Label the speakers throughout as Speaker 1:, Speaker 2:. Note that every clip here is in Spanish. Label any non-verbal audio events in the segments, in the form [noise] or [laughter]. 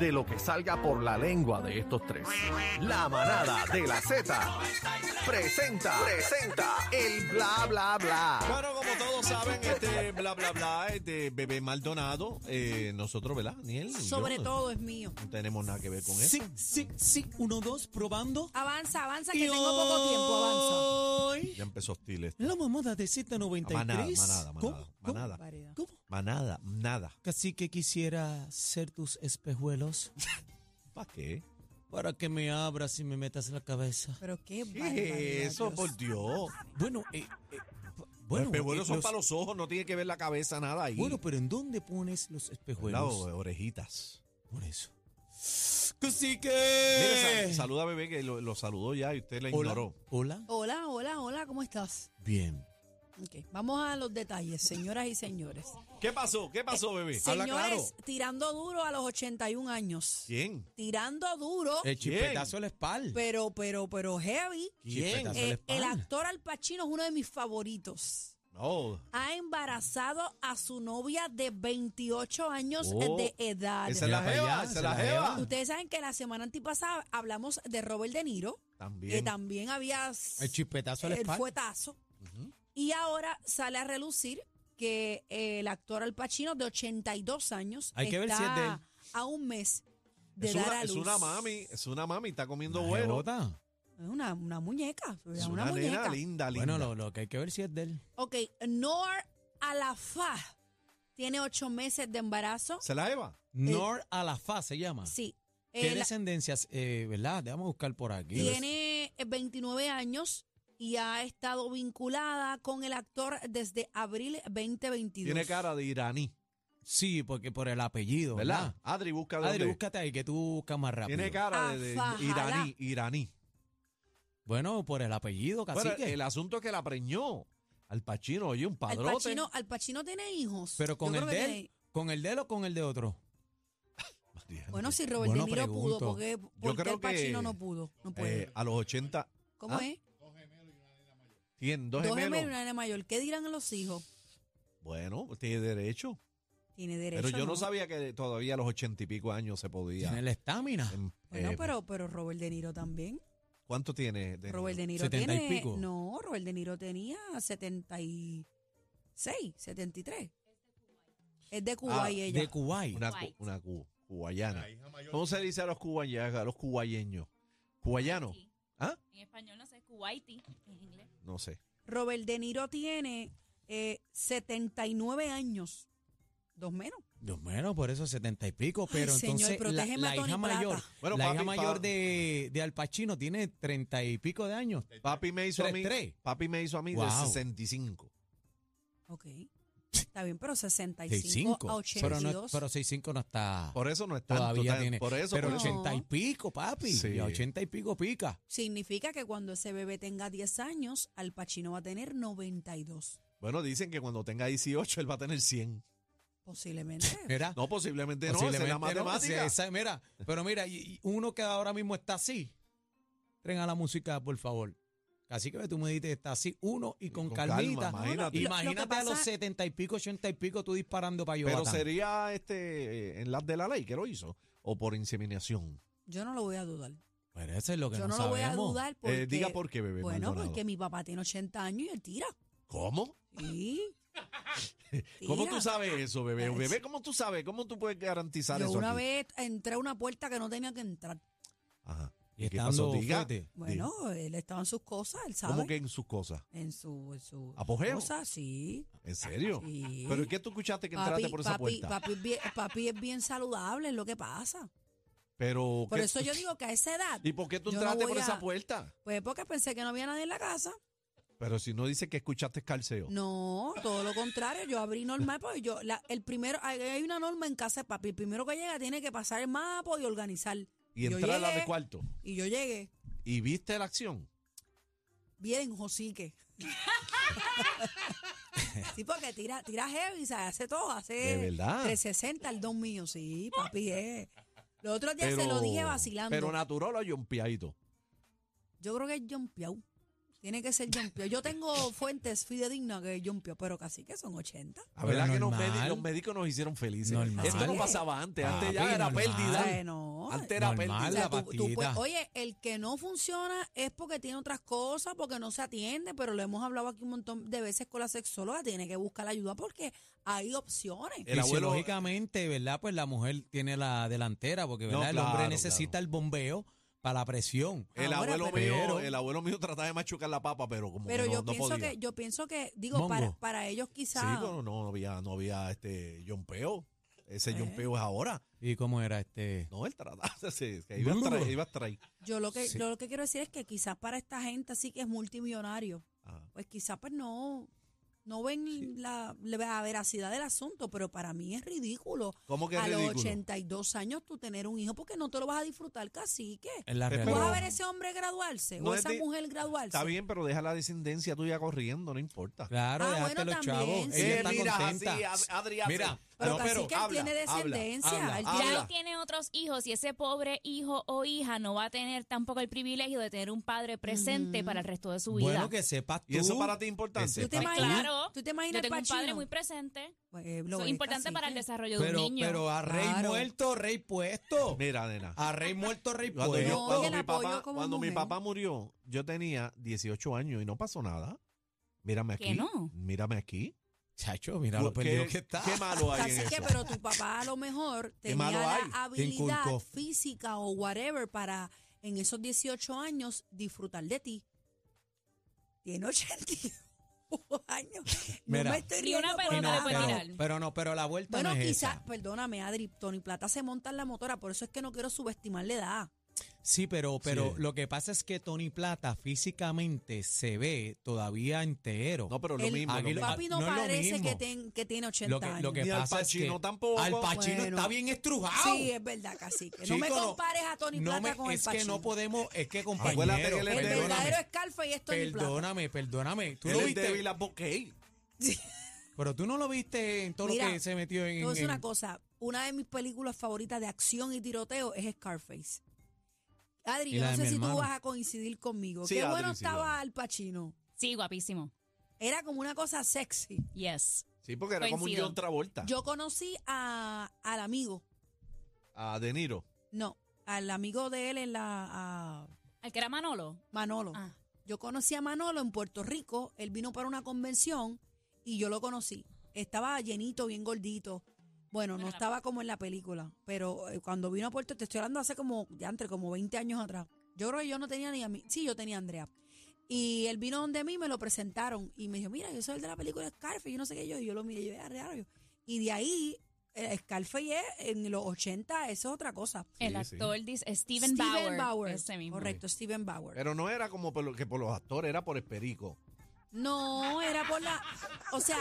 Speaker 1: de lo que salga por la lengua de estos tres. La manada de la Z presenta, presenta el bla bla bla.
Speaker 2: Bueno, como todos saben, este bla bla bla es de Bebé Maldonado. Eh, nosotros, ¿verdad, Daniel?
Speaker 3: Sobre todo es mío.
Speaker 2: No tenemos nada que ver con eso.
Speaker 4: Sí, sí, sí. Uno, dos, probando.
Speaker 3: Avanza, avanza, Ah, que tengo poco tiempo, avanza.
Speaker 4: Hoy,
Speaker 2: Ya empezó hostil este. esto.
Speaker 4: la mamada de Z93.
Speaker 2: Manada, manada,
Speaker 4: ¿Cómo? ¿Cómo?
Speaker 2: manada, manada.
Speaker 3: Variedad.
Speaker 4: ¿Cómo?
Speaker 2: Manada, nada.
Speaker 4: Casi que quisiera ser tus espejuelos
Speaker 2: ¿Para qué?
Speaker 4: para que me abras y me metas la cabeza.
Speaker 3: Pero qué
Speaker 2: ¿Qué
Speaker 3: barbaridad,
Speaker 2: es eso,
Speaker 3: Dios.
Speaker 2: por Dios?
Speaker 4: Bueno, eh, eh,
Speaker 2: Bueno,
Speaker 4: bueno,
Speaker 2: los espejuelos
Speaker 4: eh,
Speaker 2: son
Speaker 4: los-
Speaker 2: para los ojos, no tiene que ver la cabeza, nada ahí.
Speaker 4: Bueno, pues, pero ¿en dónde pones los
Speaker 2: Las
Speaker 4: espejuelos?
Speaker 2: orejitas.
Speaker 4: Por eso. Casi
Speaker 2: Mira,
Speaker 4: que.
Speaker 2: sal- saluda a bebé que lo, lo saludó ya y usted la
Speaker 4: Hola.
Speaker 2: ignoró.
Speaker 4: Hola.
Speaker 3: Hola, hola, hola, ¿cómo estás?
Speaker 4: Bien.
Speaker 3: Ok, Vamos a los detalles, señoras y señores.
Speaker 2: ¿Qué pasó? ¿Qué pasó, bebé? Habla claro.
Speaker 3: Señores, tirando duro a los 81 años.
Speaker 2: ¿Quién?
Speaker 3: Tirando duro,
Speaker 4: El
Speaker 2: Bien.
Speaker 4: chipetazo a la espalda.
Speaker 3: pero, pero, pero heavy.
Speaker 2: ¿Quién?
Speaker 4: Chipetazo a la
Speaker 3: Eh, el
Speaker 4: espalda.
Speaker 3: actor Al Pacino es uno de mis favoritos.
Speaker 2: No.
Speaker 3: Ha embarazado a su novia de 28 años eh,
Speaker 2: Oh,
Speaker 3: de edad.
Speaker 2: Esa es la
Speaker 4: Mira para
Speaker 2: jeva,
Speaker 4: allá,
Speaker 2: esa es la jeva.
Speaker 3: Ustedes saben que la semana antipasada hablamos de Robert De Niro, que
Speaker 2: También.
Speaker 3: también había
Speaker 4: El chipetazo a la
Speaker 3: el
Speaker 4: espalda.
Speaker 3: fuetazo. Y ahora sale a relucir que eh, el actor Al Pacino, de 82 años,
Speaker 4: Hay que ver
Speaker 3: está
Speaker 4: si es de él.
Speaker 3: a un mes de
Speaker 2: Es
Speaker 3: dar
Speaker 2: una,
Speaker 3: a
Speaker 2: es
Speaker 3: luz.
Speaker 2: una mami, es una mami, está comiendo
Speaker 4: Una
Speaker 2: bueno.
Speaker 4: jebota.
Speaker 3: Es una, una muñeca.
Speaker 2: Es
Speaker 3: una,
Speaker 2: una, nena
Speaker 3: muñeca.
Speaker 2: linda, linda.
Speaker 4: Bueno, lo, lo que hay que ver si es de él.
Speaker 3: Ok, Noor Alafá tiene ocho meses de embarazo.
Speaker 2: ¿Se la lleva?
Speaker 4: Nor Alafa se llama.
Speaker 3: Eh, Sí.
Speaker 4: ¿Qué
Speaker 3: Eh, la-
Speaker 4: descendencias, eh, verdad? Te vamos a buscar por aquí.
Speaker 3: tiene eh, 29 años y ha estado vinculada con el actor desde abril 2022.
Speaker 2: Tiene cara de iraní,
Speaker 4: Sí, porque por el apellido,
Speaker 2: ¿verdad?
Speaker 4: ¿verdad?
Speaker 2: Adri, busca de
Speaker 4: Adri,
Speaker 2: dónde.
Speaker 4: búscate ahí que tú buscas más rápido.
Speaker 2: Tiene cara de, de
Speaker 3: Afajalá.
Speaker 2: iraní, iraní.
Speaker 4: Bueno, por el apellido, cacique.
Speaker 2: Bueno, el asunto es que la preñó al Pachino, oye, un
Speaker 3: Al
Speaker 2: padrote.
Speaker 3: Pacino, Al Pacino tiene hijos.
Speaker 4: Pero con
Speaker 3: Yo
Speaker 4: el
Speaker 3: creo que
Speaker 4: de él,
Speaker 3: tiene-
Speaker 4: con el de él o con el de otro.
Speaker 2: Mariana,
Speaker 3: Bueno, si Robert
Speaker 4: Bueno,
Speaker 3: De Niro pudo, porque,
Speaker 4: pregunto.
Speaker 3: porque
Speaker 2: creo
Speaker 3: Al Pacino
Speaker 2: que,
Speaker 3: no pudo. No puede.
Speaker 2: eh, a los 80,
Speaker 3: ¿Cómo
Speaker 2: ah,
Speaker 3: es?
Speaker 2: tienen dos
Speaker 3: Dos
Speaker 2: gemelos.
Speaker 3: gemelos y una nena mayor. ¿Qué dirán los hijos?
Speaker 2: Bueno, tiene derecho.
Speaker 3: Tiene derecho.
Speaker 2: Pero yo no sabía que todavía a los ochenta y pico años se podía.
Speaker 4: Tiene la estamina.
Speaker 2: em,
Speaker 3: Bueno,
Speaker 2: eh,
Speaker 3: pero, pero Robert De Niro también.
Speaker 2: ¿Cuánto tiene? de-
Speaker 3: Robert De Niro
Speaker 4: 70 y
Speaker 3: tiene.
Speaker 4: pico.
Speaker 3: No, Robert De Niro tenía 76, 73. Es de Cuba
Speaker 2: Ah,
Speaker 3: y ella.
Speaker 4: De Kuwait.
Speaker 2: Una, cu- una cu- cubayana. ¿Cómo se dice a los cubayanos, a los cubayeños? ¿Cubayanos?
Speaker 5: Kuwaiti.
Speaker 2: ¿Ah?
Speaker 5: En español no sé, Kuwaiti en inglés.
Speaker 2: No sé.
Speaker 3: Robert De Niro tiene eh, 79 años. Dos menos.
Speaker 4: Dios mío, por eso setenta y pico. Pero
Speaker 3: Ay, señor,
Speaker 4: entonces la,
Speaker 3: protégeme
Speaker 4: la
Speaker 3: a Tony
Speaker 4: hija
Speaker 3: Plata.
Speaker 4: mayor,
Speaker 2: Bueno,
Speaker 4: la
Speaker 2: papi,
Speaker 4: hija mayor
Speaker 2: pa-
Speaker 4: de, de Al Pacino tiene treinta y pico de años.
Speaker 2: Papi me hizo a
Speaker 4: Tres,
Speaker 2: mí,
Speaker 4: tres.
Speaker 2: papi me hizo a mí de
Speaker 4: Wow.
Speaker 2: 65.
Speaker 3: Ok. Está bien, pero 65
Speaker 4: 65.
Speaker 3: a
Speaker 4: Pero,
Speaker 3: 82.
Speaker 4: no, pero 65 no está.
Speaker 2: Por eso no es tanto.
Speaker 4: Todavía
Speaker 2: tan-
Speaker 4: tiene.
Speaker 2: Por eso,
Speaker 4: pero
Speaker 2: por eso.
Speaker 4: 80 y pico, papi.
Speaker 2: Sí.
Speaker 4: Y a 80 y pico pica.
Speaker 3: Significa que cuando ese bebé tenga 10 años, Al Pacino va a tener 92.
Speaker 2: Bueno, dicen que cuando tenga 18 él va a tener 100.
Speaker 3: Posiblemente.
Speaker 2: [laughs]
Speaker 4: Mira.
Speaker 2: No, posiblemente, no, esa es la
Speaker 4: Posiblemente no,
Speaker 2: matemática.
Speaker 4: esa- esa- mira, pero mira, y- y uno que ahora mismo está así. Tren a la música, por favor. Así que tú me dijiste, está así, uno y con,
Speaker 2: con calma,
Speaker 4: calmita.
Speaker 2: ma- imagínate.
Speaker 3: lo- lo que
Speaker 4: Imagínate a los
Speaker 3: pasa-
Speaker 4: setenta y pico, ochenta y pico, tú disparando para
Speaker 2: Pero
Speaker 4: Yobatán.
Speaker 2: sería este eh, en las de la ley que lo hizo o por inseminación.
Speaker 3: Yo no lo voy a dudar.
Speaker 4: Pero eso es lo que
Speaker 3: Yo
Speaker 4: no,
Speaker 3: no, lo voy
Speaker 4: sabemos.
Speaker 3: a dudar porque.
Speaker 2: Eh, diga por qué, bebé.
Speaker 3: Bueno,
Speaker 2: Maldonado.
Speaker 3: porque mi papá tiene 80 años y él tira.
Speaker 2: ¿Cómo?
Speaker 3: Sí.
Speaker 2: [laughs] ¿Cómo
Speaker 3: Tira.
Speaker 2: tú sabes eso, bebé?
Speaker 3: Eh,
Speaker 2: Bebé, ¿cómo tú sabes? ¿Cómo tú puedes garantizar
Speaker 3: Yo
Speaker 2: eso?
Speaker 3: una
Speaker 2: aquí?
Speaker 3: vez entré a una puerta que no tenía que entrar.
Speaker 2: Ajá.
Speaker 4: Y
Speaker 2: qué pasó?
Speaker 4: estando
Speaker 2: Diga.
Speaker 4: fuerte.
Speaker 3: Bueno, él estaba en sus cosas, él sabe.
Speaker 2: ¿Cómo que en sus cosas?
Speaker 3: En su, en su
Speaker 2: ¿Apogeo?
Speaker 3: cosa, sí.
Speaker 2: ¿En serio?
Speaker 3: sí.
Speaker 2: ¿Pero qué tú escuchaste que entraste
Speaker 3: papi,
Speaker 2: por esa
Speaker 3: papi,
Speaker 2: puerta?
Speaker 3: papi, es bien, papi es bien saludable, es lo que pasa.
Speaker 2: Pero
Speaker 3: Por
Speaker 2: ¿qué-
Speaker 3: eso yo digo que a esa edad,
Speaker 2: ¿Y por qué tú
Speaker 3: yo no
Speaker 2: entraste
Speaker 3: voy
Speaker 2: por
Speaker 3: a-
Speaker 2: esa puerta?
Speaker 3: pues porque pensé que no había nadie en la casa.
Speaker 2: Pero si no dice que escuchaste calceo.
Speaker 3: No, todo lo contrario, yo abrí normal, porque yo, la- el primero, hay- hay una norma en casa de papi, el primero que llega tiene que pasar el mapa y organizar.
Speaker 2: y
Speaker 3: yo
Speaker 2: entrar a la de
Speaker 3: llegué.
Speaker 2: cuarto.
Speaker 3: Y yo llegué,
Speaker 2: ¿Y viste la acción? [laughs]
Speaker 3: bien josique. sí, porque tira, tira heavy, ¿sabes? hace todo, hace...
Speaker 2: De verdad.
Speaker 3: 360 el don mío, sí, papi, eh. Los otros días
Speaker 2: Pero-
Speaker 3: se lo dije vacilando.
Speaker 2: Pero natural o yompiadito.
Speaker 3: Yo creo que es John Piau. Tiene que ser John Pio.
Speaker 2: [laughs]
Speaker 3: Yo tengo fuentes fidedignas que John Pio, pero casi que son 80.
Speaker 2: La verdad
Speaker 4: Pero
Speaker 2: que los,
Speaker 4: normal.
Speaker 2: médi- los médicos nos hicieron felices.
Speaker 4: Normal.
Speaker 2: Esto no pasaba antes. Antes ya
Speaker 4: Papi,
Speaker 2: era
Speaker 4: normal.
Speaker 2: pérdida.
Speaker 3: Bueno,
Speaker 2: antes era
Speaker 4: normal.
Speaker 2: pérdida.
Speaker 4: la pastillita.
Speaker 3: puedes- oye, el que no funciona es porque tiene otras cosas, porque no se atiende, pero lo hemos hablado aquí un montón de veces con la sexóloga, tiene que buscar la ayuda porque hay opciones.
Speaker 2: El abuelo-
Speaker 4: Fisiológicamente, ¿verdad? Pues la mujer tiene la delantera, porque ¿verdad?
Speaker 2: No,
Speaker 4: el hombre
Speaker 2: claro,
Speaker 4: necesita el bombeo para la presión.
Speaker 2: El
Speaker 3: Ahora,
Speaker 2: abuelo,
Speaker 3: pero-
Speaker 2: mío, el abuelo mío trataba de machucar la papa, pero como
Speaker 3: Pero
Speaker 2: que no,
Speaker 3: yo
Speaker 2: no
Speaker 3: pienso
Speaker 2: podía.
Speaker 3: que yo pienso que digo para,
Speaker 4: Mongo.
Speaker 3: para ellos
Speaker 2: Sí,
Speaker 3: quizás
Speaker 2: pero no, no había, no había este yompeo. Ese
Speaker 3: Eh.
Speaker 2: yompeo es ahora.
Speaker 4: ¿Y cómo era este?
Speaker 2: No, él trataba. [laughs] sí, que iba a traer. Iba a traer.
Speaker 3: yo lo que
Speaker 4: Sí.
Speaker 3: yo lo que quiero decir es que quizás para esta gente así que es multimillonario,
Speaker 2: Ajá.
Speaker 3: pues quizás pues no no ven la, la veracidad del asunto, pero para mí es ridículo
Speaker 2: ¿Cómo que
Speaker 3: a los
Speaker 2: ridículo?
Speaker 3: 82 años tú tener un hijo porque no te lo vas a disfrutar, cacique.
Speaker 4: En la
Speaker 2: Pero-
Speaker 3: ¿Tú vas
Speaker 4: realidad.
Speaker 3: a ver ese hombre graduarse
Speaker 2: No
Speaker 3: o
Speaker 2: es
Speaker 3: esa
Speaker 2: de-
Speaker 3: mujer graduarse?
Speaker 2: Está bien, pero deja la descendencia tuya corriendo, no importa.
Speaker 4: Claro,
Speaker 3: Ah,
Speaker 4: déjate
Speaker 3: bueno,
Speaker 4: los
Speaker 3: también,
Speaker 4: chavos.
Speaker 3: sí.
Speaker 4: Ella
Speaker 3: Eh,
Speaker 4: está contenta.
Speaker 2: Adrián.
Speaker 4: Mira,
Speaker 3: Pero
Speaker 4: no, pero
Speaker 3: cacique, él
Speaker 2: habla,
Speaker 3: tiene
Speaker 2: habla,
Speaker 3: descendencia.
Speaker 4: habla,
Speaker 3: él
Speaker 2: habla.
Speaker 3: tiene-
Speaker 5: Ya él tiene otros hijos y ese pobre hijo o hija no va a tener tampoco el privilegio de tener un padre presente para el resto de su vida.
Speaker 4: Bueno, que sepas tú.
Speaker 2: ¿Y eso para ti es importante?
Speaker 4: que
Speaker 3: ¿Tú te
Speaker 4: sepas tú.
Speaker 3: imaginas?
Speaker 5: Claro.
Speaker 3: ¿Tú te imaginas
Speaker 5: Yo tengo un padre
Speaker 3: Pacino?
Speaker 5: muy presente.
Speaker 3: Pues, eh, lo
Speaker 5: Eso es
Speaker 3: ves,
Speaker 5: importante para el
Speaker 3: cacique.
Speaker 5: desarrollo de
Speaker 4: Pero,
Speaker 5: un niño.
Speaker 4: pero a rey
Speaker 3: Claro.
Speaker 4: muerto, rey puesto.
Speaker 2: Mira, nena.
Speaker 4: A rey muerto, rey
Speaker 2: Cuando, yo-
Speaker 3: No,
Speaker 4: puesto.
Speaker 2: cuando
Speaker 3: que la
Speaker 2: mi, papá,
Speaker 3: apoyo como
Speaker 2: cuando mi
Speaker 3: mujer.
Speaker 2: papá murió, yo tenía 18 años y no pasó nada. Mírame
Speaker 5: ¿Que
Speaker 2: aquí.
Speaker 5: no?
Speaker 2: Mírame aquí.
Speaker 4: Chacho, mira lo
Speaker 2: ¿Qué-
Speaker 4: perdido que está.
Speaker 2: Qué malo hay en
Speaker 3: Así que,
Speaker 2: eso.
Speaker 3: pero tu papá a lo mejor tenía
Speaker 2: malo
Speaker 3: la
Speaker 2: hay?
Speaker 4: Te inculcó.
Speaker 3: habilidad física o whatever para en esos 18 años disfrutar de ti. Tiene 82 [laughs] años. No
Speaker 4: Mira.
Speaker 3: me estoy
Speaker 5: Ni
Speaker 3: riendo
Speaker 5: una
Speaker 3: por
Speaker 5: pelota
Speaker 3: nada.
Speaker 5: le puede
Speaker 4: pero,
Speaker 5: tirar.
Speaker 4: pero no, pero la vuelta
Speaker 3: Bueno,
Speaker 4: no es
Speaker 3: quizás,
Speaker 4: esa.
Speaker 3: perdóname, Adri, Tony Plata se monta en la motora, por eso es que no quiero subestimar la edad.
Speaker 4: Sí, pero, pero
Speaker 2: Sí.
Speaker 4: lo que pasa es que Tony Plata físicamente se ve todavía entero.
Speaker 2: No, pero lo
Speaker 3: El
Speaker 2: mismo. lo
Speaker 4: Aquí lo-
Speaker 2: mismo.
Speaker 3: Papi no,
Speaker 4: no es lo
Speaker 3: parece que,
Speaker 4: mismo.
Speaker 3: ten- que tiene 80
Speaker 4: lo que,
Speaker 3: años.
Speaker 4: lo que
Speaker 2: Ni Al
Speaker 4: pasa es que
Speaker 2: Pacino tampoco.
Speaker 4: Al Pacino
Speaker 3: Bueno.
Speaker 4: está bien estrujado.
Speaker 3: Sí, es verdad, cacique. No
Speaker 4: Chico,
Speaker 3: me compares a Tony Plata
Speaker 4: no me-
Speaker 3: con el
Speaker 4: Es que
Speaker 3: Pacino.
Speaker 4: no podemos, es
Speaker 2: Acuérdate
Speaker 4: que
Speaker 2: que
Speaker 4: compañero,
Speaker 2: él es
Speaker 3: el
Speaker 2: perdóname.
Speaker 3: verdadero Scarface es Tony Plata.
Speaker 4: perdóname, perdóname. Tú
Speaker 2: Él
Speaker 4: lo
Speaker 2: es
Speaker 4: viste,
Speaker 2: débil a bokeh.
Speaker 4: pero tú no lo viste en todo
Speaker 3: Mira,
Speaker 4: lo que se metió en.
Speaker 3: Te voy a decir
Speaker 4: en-
Speaker 3: una cosa. Una de mis películas favoritas de acción y tiroteo es Scarface. Adri,
Speaker 4: Y
Speaker 3: yo
Speaker 4: la
Speaker 3: no
Speaker 4: de
Speaker 3: sé
Speaker 4: mi
Speaker 3: si
Speaker 4: hermano.
Speaker 3: tú vas a coincidir conmigo.
Speaker 2: Sí,
Speaker 3: Qué
Speaker 2: Adri,
Speaker 3: bueno
Speaker 2: sí,
Speaker 3: estaba
Speaker 2: claro.
Speaker 3: Al Pacino.
Speaker 5: Sí, guapísimo.
Speaker 3: Era como una cosa sexy.
Speaker 5: Yes.
Speaker 2: Sí, porque era como un
Speaker 5: Coincido.
Speaker 2: John Travolta.
Speaker 3: Yo conocí a, al amigo.
Speaker 2: A De Niro.
Speaker 3: No, al amigo de él en la... a
Speaker 5: Al que era Manolo.
Speaker 3: Manolo.
Speaker 5: Ah.
Speaker 3: Yo conocí a Manolo en Puerto Rico. Él vino para una convención y yo lo conocí. Estaba llenito, bien gordito. Bueno, no
Speaker 5: Bueno, la-
Speaker 3: estaba como en la película, pero eh, cuando vino a Puerto, te estoy hablando hace como, ya entre como 20 años atrás. Yo creo que yo no tenía ni a mí. Sí, yo tenía a Andrea. Y él vino donde mí, me lo presentaron y me dijo, mira, yo soy el de la película Scarface, yo no sé qué yo. Y yo lo miré, yo era raro. Y de ahí, eh, Scarface es en los 80, eso es otra cosa.
Speaker 5: el
Speaker 2: sí.
Speaker 5: actor dice Steven, Bauer. Ese mismo.
Speaker 3: Correcto, Steven Bauer.
Speaker 2: Pero no era como por lo- que por los actores, era por el perico.
Speaker 3: No, era por la. O sea,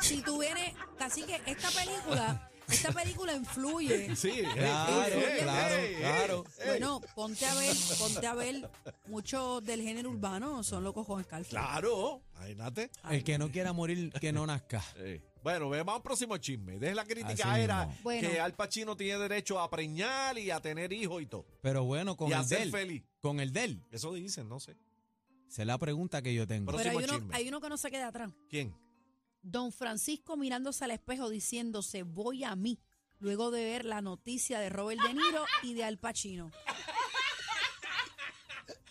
Speaker 3: si tú vienes. Así que esta película, esta película influye.
Speaker 2: [laughs] Sí,
Speaker 4: Claro,
Speaker 2: eh, eh,
Speaker 4: claro,
Speaker 2: eh, eh.
Speaker 4: claro.
Speaker 3: Bueno, ponte a ver, ponte a ver, muchos del género urbano son locos con Scarface.
Speaker 2: Claro. Imagínate.
Speaker 4: El que no quiera morir, que no nazca.
Speaker 2: Eh, Bueno, ve- vamos al próximo chisme. Deje la crítica
Speaker 4: Así
Speaker 2: era
Speaker 4: mismo.
Speaker 3: Bueno.
Speaker 2: que Al Pacino tiene derecho a preñar y a tener hijos y todo.
Speaker 4: Pero bueno, con
Speaker 2: y a
Speaker 4: el
Speaker 2: ser
Speaker 4: del.
Speaker 2: feliz.
Speaker 4: Con el del.
Speaker 2: Eso dicen, no sé.
Speaker 4: Esa es la pregunta que yo tengo.
Speaker 2: Pero-
Speaker 3: Pero hay
Speaker 2: próximo
Speaker 3: uno,
Speaker 2: chisme.
Speaker 3: hay uno que no se queda atrás.
Speaker 2: ¿Quién?
Speaker 3: Don Francisco mirándose al espejo diciéndose voy a mí. Luego de ver la noticia de Robert De Niro y de Al Pacino.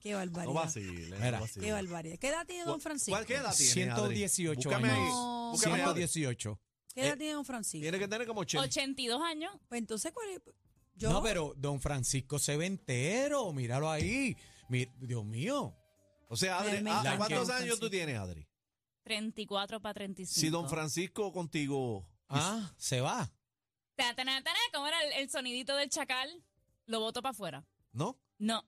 Speaker 3: Qué
Speaker 2: No
Speaker 3: barbaridad.
Speaker 2: vacile.
Speaker 4: Mira.
Speaker 2: no vacile.
Speaker 3: Qué barbaridad. ¿Qué edad tiene Don Francisco?
Speaker 2: ¿Cuál qué edad tiene?
Speaker 4: 118
Speaker 2: Adri? Búscame ahí,
Speaker 4: años.
Speaker 3: No.
Speaker 2: búscame ahí, Adri.
Speaker 4: 118.
Speaker 3: ¿Qué edad tiene Don Francisco?
Speaker 2: Eh, Tiene que tener como 80.
Speaker 5: 82 años.
Speaker 3: Pues entonces, ¿cuál es? Yo,
Speaker 4: No, pero don Francisco se ve entero. Míralo ahí. Mi- Dios mío.
Speaker 2: O sea, Adri,
Speaker 3: Me- me
Speaker 2: ¿a-
Speaker 4: encanta
Speaker 2: ¿cuántos
Speaker 4: Don
Speaker 2: años tú
Speaker 3: Francisco.
Speaker 2: tienes, Adri?
Speaker 5: 34 para 35.
Speaker 2: Si Don Francisco contigo.
Speaker 4: Ah, se va.
Speaker 5: Ta, ta, na, ta, na, ¿Cómo era el, el sonidito del chacal? Lo boto para afuera.
Speaker 2: ¿No?
Speaker 5: No,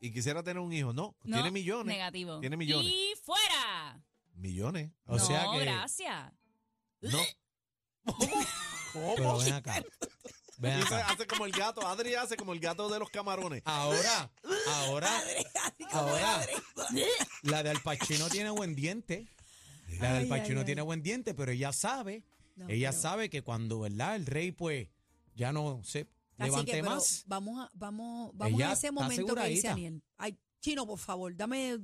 Speaker 2: Y quisiera tener un hijo. No.
Speaker 5: no.
Speaker 2: tiene millones.
Speaker 5: Negativo.
Speaker 2: Tiene millones.
Speaker 5: Y fuera.
Speaker 2: Millones.
Speaker 4: O sea
Speaker 5: no,
Speaker 4: que.
Speaker 5: gracias.
Speaker 2: No.
Speaker 4: Pero
Speaker 2: ¿Cómo? ah.
Speaker 4: ven acá. Ven
Speaker 2: Hace,
Speaker 4: acá.
Speaker 2: hace como el gato. Adri hace como el gato de los camarones.
Speaker 4: Ahora, ahora, ahora. La de Al Pacino tiene buen diente. La de Al
Speaker 3: Ay, ay,
Speaker 4: Pacino
Speaker 3: ay.
Speaker 4: tiene buen diente, pero ella sabe,
Speaker 3: [laughs] No,
Speaker 4: ella
Speaker 3: pero-
Speaker 4: sabe que cuando, ¿verdad? El rey, pues, ya no se
Speaker 3: Así
Speaker 4: levante
Speaker 3: que, pero
Speaker 4: más.
Speaker 3: vamos a, vamos, vamos
Speaker 4: Ella
Speaker 3: a ese
Speaker 4: está
Speaker 3: momento que dice
Speaker 4: aseguradita.
Speaker 3: Aniel. Ay, Chino, por favor, dame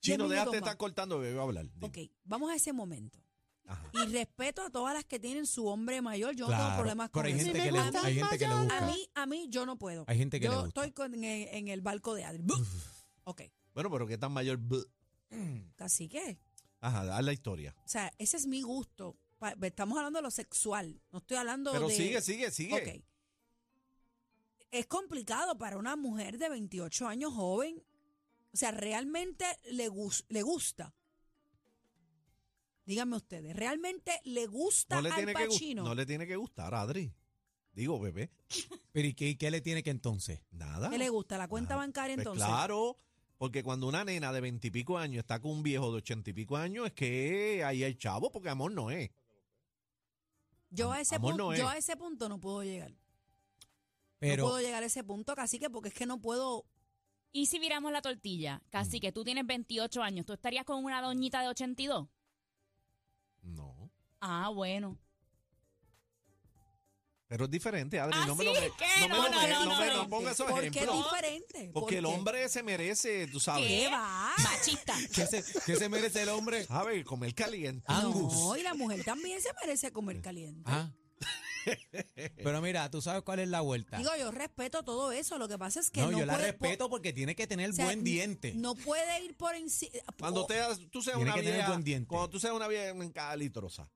Speaker 2: Chino,
Speaker 3: minutos
Speaker 2: déjate
Speaker 3: más.
Speaker 2: estar cortando, bebé, voy a hablar. Dime.
Speaker 3: Ok, vamos a ese momento.
Speaker 2: Ajá.
Speaker 3: Y respeto a todas las que tienen su hombre mayor, yo no tengo
Speaker 4: Claro,
Speaker 3: problemas con
Speaker 4: pero hay
Speaker 3: eso.
Speaker 4: gente,
Speaker 6: me
Speaker 4: que le,
Speaker 6: gustan
Speaker 4: hay gente que le
Speaker 6: mayores.
Speaker 3: a
Speaker 4: gusta.
Speaker 3: mí, a mí, yo no puedo.
Speaker 4: Hay gente que le
Speaker 3: Yo
Speaker 4: gusta.
Speaker 3: estoy con- en, en el barco de Adri. ok,
Speaker 2: Bueno, pero qué tan mayor. B?
Speaker 3: así que,
Speaker 2: Ajá, haz la historia.
Speaker 3: o sea, ese es mi gusto. Pa- Estamos hablando de lo sexual, no estoy hablando
Speaker 2: Pero
Speaker 3: de...
Speaker 2: sigue, sigue, sigue.
Speaker 3: Ok. Es complicado para una mujer de 28 años joven. O sea, realmente le, gus- le gusta. Díganme ustedes, ¿realmente le gusta
Speaker 2: No le,
Speaker 3: al
Speaker 2: tiene que, gust-
Speaker 3: Pachino?
Speaker 2: no le tiene que gustar, Adri. Digo, bebé,
Speaker 4: Pero ¿y qué, y qué le tiene que entonces?
Speaker 2: nada.
Speaker 3: ¿Qué le gusta? ¿La cuenta
Speaker 2: Ah,
Speaker 3: bancaria
Speaker 2: Pues
Speaker 3: entonces?
Speaker 2: claro, porque cuando una nena de veintipico años está con un viejo de ochenta y pico años, es que ahí hay chavo, porque amor no es.
Speaker 3: Yo a, ese
Speaker 2: Amor
Speaker 3: punto,
Speaker 2: no es.
Speaker 3: yo a ese punto no puedo llegar. no
Speaker 4: Pero
Speaker 3: puedo llegar a ese punto, casi que porque es que no puedo.
Speaker 5: Y si viramos la tortilla,
Speaker 2: Mm.
Speaker 5: casi que tú tienes 28 años, ¿tú estarías con una doñita de 82?
Speaker 2: No.
Speaker 5: Ah, bueno.
Speaker 2: Pero es diferente, Adri.
Speaker 5: ¿Ah,
Speaker 2: no me
Speaker 5: sí?
Speaker 2: lo me- no me
Speaker 5: ¿Qué? No,
Speaker 2: lo
Speaker 5: no,
Speaker 2: me-
Speaker 5: no,
Speaker 2: no me-
Speaker 5: no.
Speaker 2: no ponga esos
Speaker 3: porque es
Speaker 2: ejemplos.
Speaker 3: diferente.
Speaker 2: Porque el hombre se merece, tú sabes.
Speaker 5: ¿Qué?
Speaker 3: ¿Qué va?
Speaker 5: Machista.
Speaker 4: ¿qué
Speaker 3: [laughs]
Speaker 4: se, qué se merece el hombre?
Speaker 2: ¿Sabes? Comer caliente.
Speaker 3: No, y la mujer también se merece comer caliente.
Speaker 4: Ah. Pero mira, tú sabes cuál es la vuelta.
Speaker 3: Digo, yo respeto todo eso. Lo que pasa es que
Speaker 4: no,
Speaker 3: no,
Speaker 4: yo la
Speaker 3: puede-
Speaker 4: respeto porque tiene que tener
Speaker 3: O sea,
Speaker 4: buen diente.
Speaker 3: No puede ir por encima.
Speaker 2: Cuando te, tú seas
Speaker 4: Oh, Tiene
Speaker 2: una
Speaker 4: que tener
Speaker 2: vieja,
Speaker 4: buen diente.
Speaker 2: cuando tú seas una vieja calitrosa,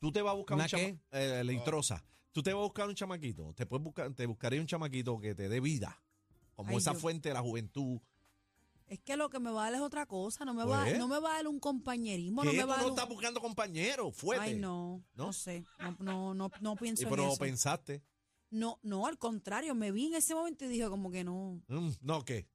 Speaker 2: tú te vas a buscar
Speaker 4: ¿Una
Speaker 2: un chama,
Speaker 4: qué?
Speaker 2: eh, litrosa. tú te vas a buscar un chamaquito, te puedes buscar, te buscaría un chamaquito que te dé vida, como
Speaker 3: Ay,
Speaker 2: esa
Speaker 3: Dios.
Speaker 2: fuente de la juventud.
Speaker 3: Es que lo que me va a dar es otra cosa. No me,
Speaker 2: Pues.
Speaker 3: va, no me va a dar un compañerismo. No
Speaker 2: ¿Qué?
Speaker 3: me
Speaker 2: Tú
Speaker 3: va a
Speaker 2: no
Speaker 3: dar un...
Speaker 2: estás buscando compañero, fuerte.
Speaker 3: Ay, no, no.
Speaker 2: ¿No?
Speaker 3: sé. No, no, no, no pienso
Speaker 2: Y
Speaker 3: en
Speaker 2: pero
Speaker 3: eso.
Speaker 2: pensaste,
Speaker 3: No, no, al contrario. Me vi en ese momento y dije como que no.
Speaker 2: mm, no, ¿qué?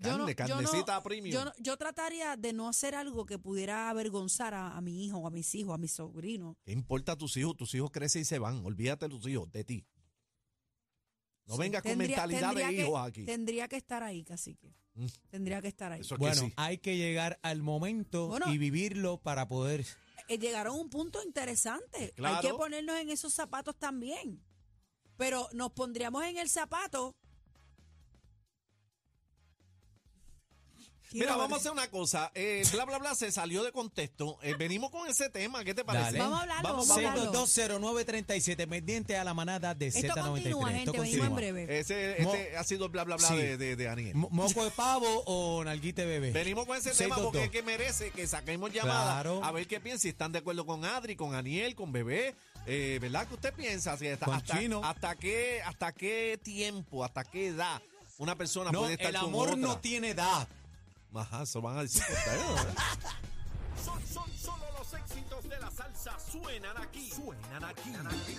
Speaker 3: Yo no-
Speaker 2: Carne,
Speaker 3: yo no-
Speaker 2: carnecita premium.
Speaker 3: Yo, no- yo trataría de no hacer algo que pudiera avergonzar a, a mi hijo, a mis hijos, a mis sobrinos.
Speaker 2: ¿Qué importa a tus hijos? Tus hijos crecen y se van. Olvídate de tus hijos, de ti. No
Speaker 3: Sí,
Speaker 2: vengas con
Speaker 3: tendría-
Speaker 2: mentalidad de
Speaker 3: tendría que-
Speaker 2: hijos aquí.
Speaker 3: Tendría que estar ahí, cacique.
Speaker 2: Mm.
Speaker 3: Tendría que estar ahí.
Speaker 2: Eso es
Speaker 4: Bueno,
Speaker 2: que sí.
Speaker 4: hay que llegar al momento
Speaker 3: Bueno.
Speaker 4: y vivirlo para poder.
Speaker 3: eh, llegaron a un punto interesante. Hay
Speaker 2: Claro.
Speaker 3: que ponernos en esos zapatos también. Pero nos pondríamos en el zapato.
Speaker 2: Mira,
Speaker 3: Quiero
Speaker 2: vamos a
Speaker 3: ver-
Speaker 2: hacer una cosa. Eh, bla, bla, bla, se salió de contexto. Eh, venimos con ese tema. ¿Qué te parece?
Speaker 4: Dale.
Speaker 3: Vamos a hablarlo,
Speaker 2: Vamos,
Speaker 3: vamos a
Speaker 2: vamos.
Speaker 3: hablarlo.
Speaker 4: 6220937, pendiente a la manada de
Speaker 3: Esto
Speaker 4: Z93.
Speaker 3: continúa, gente.
Speaker 4: Esto
Speaker 3: Venimos en
Speaker 4: continúa.
Speaker 3: breve.
Speaker 2: Ese, este ha sido el bla, bla, bla
Speaker 4: Sí.
Speaker 2: de, de, de Aniel.
Speaker 4: Mo- ¿Moco de pavo o nalguite bebé?
Speaker 2: Venimos con ese tema
Speaker 4: 622.
Speaker 2: porque es que merece que saquemos llamadas
Speaker 4: Claro.
Speaker 2: a ver qué piensa, si están de acuerdo con Adri, con Aniel, con Bebé, eh, ¿verdad? ¿Qué usted piensa? Si hasta,
Speaker 4: Con
Speaker 2: hasta,
Speaker 4: Chino.
Speaker 2: hasta qué, ¿Hasta qué tiempo, hasta qué edad una persona
Speaker 4: No,
Speaker 2: puede estar
Speaker 4: el
Speaker 2: con
Speaker 4: amor
Speaker 2: otra?
Speaker 4: no tiene edad.
Speaker 2: Ajá, eso van a decir. ¿verdad?
Speaker 1: Son, son solo los éxitos de la salsa suenan aquí. Suenan aquí.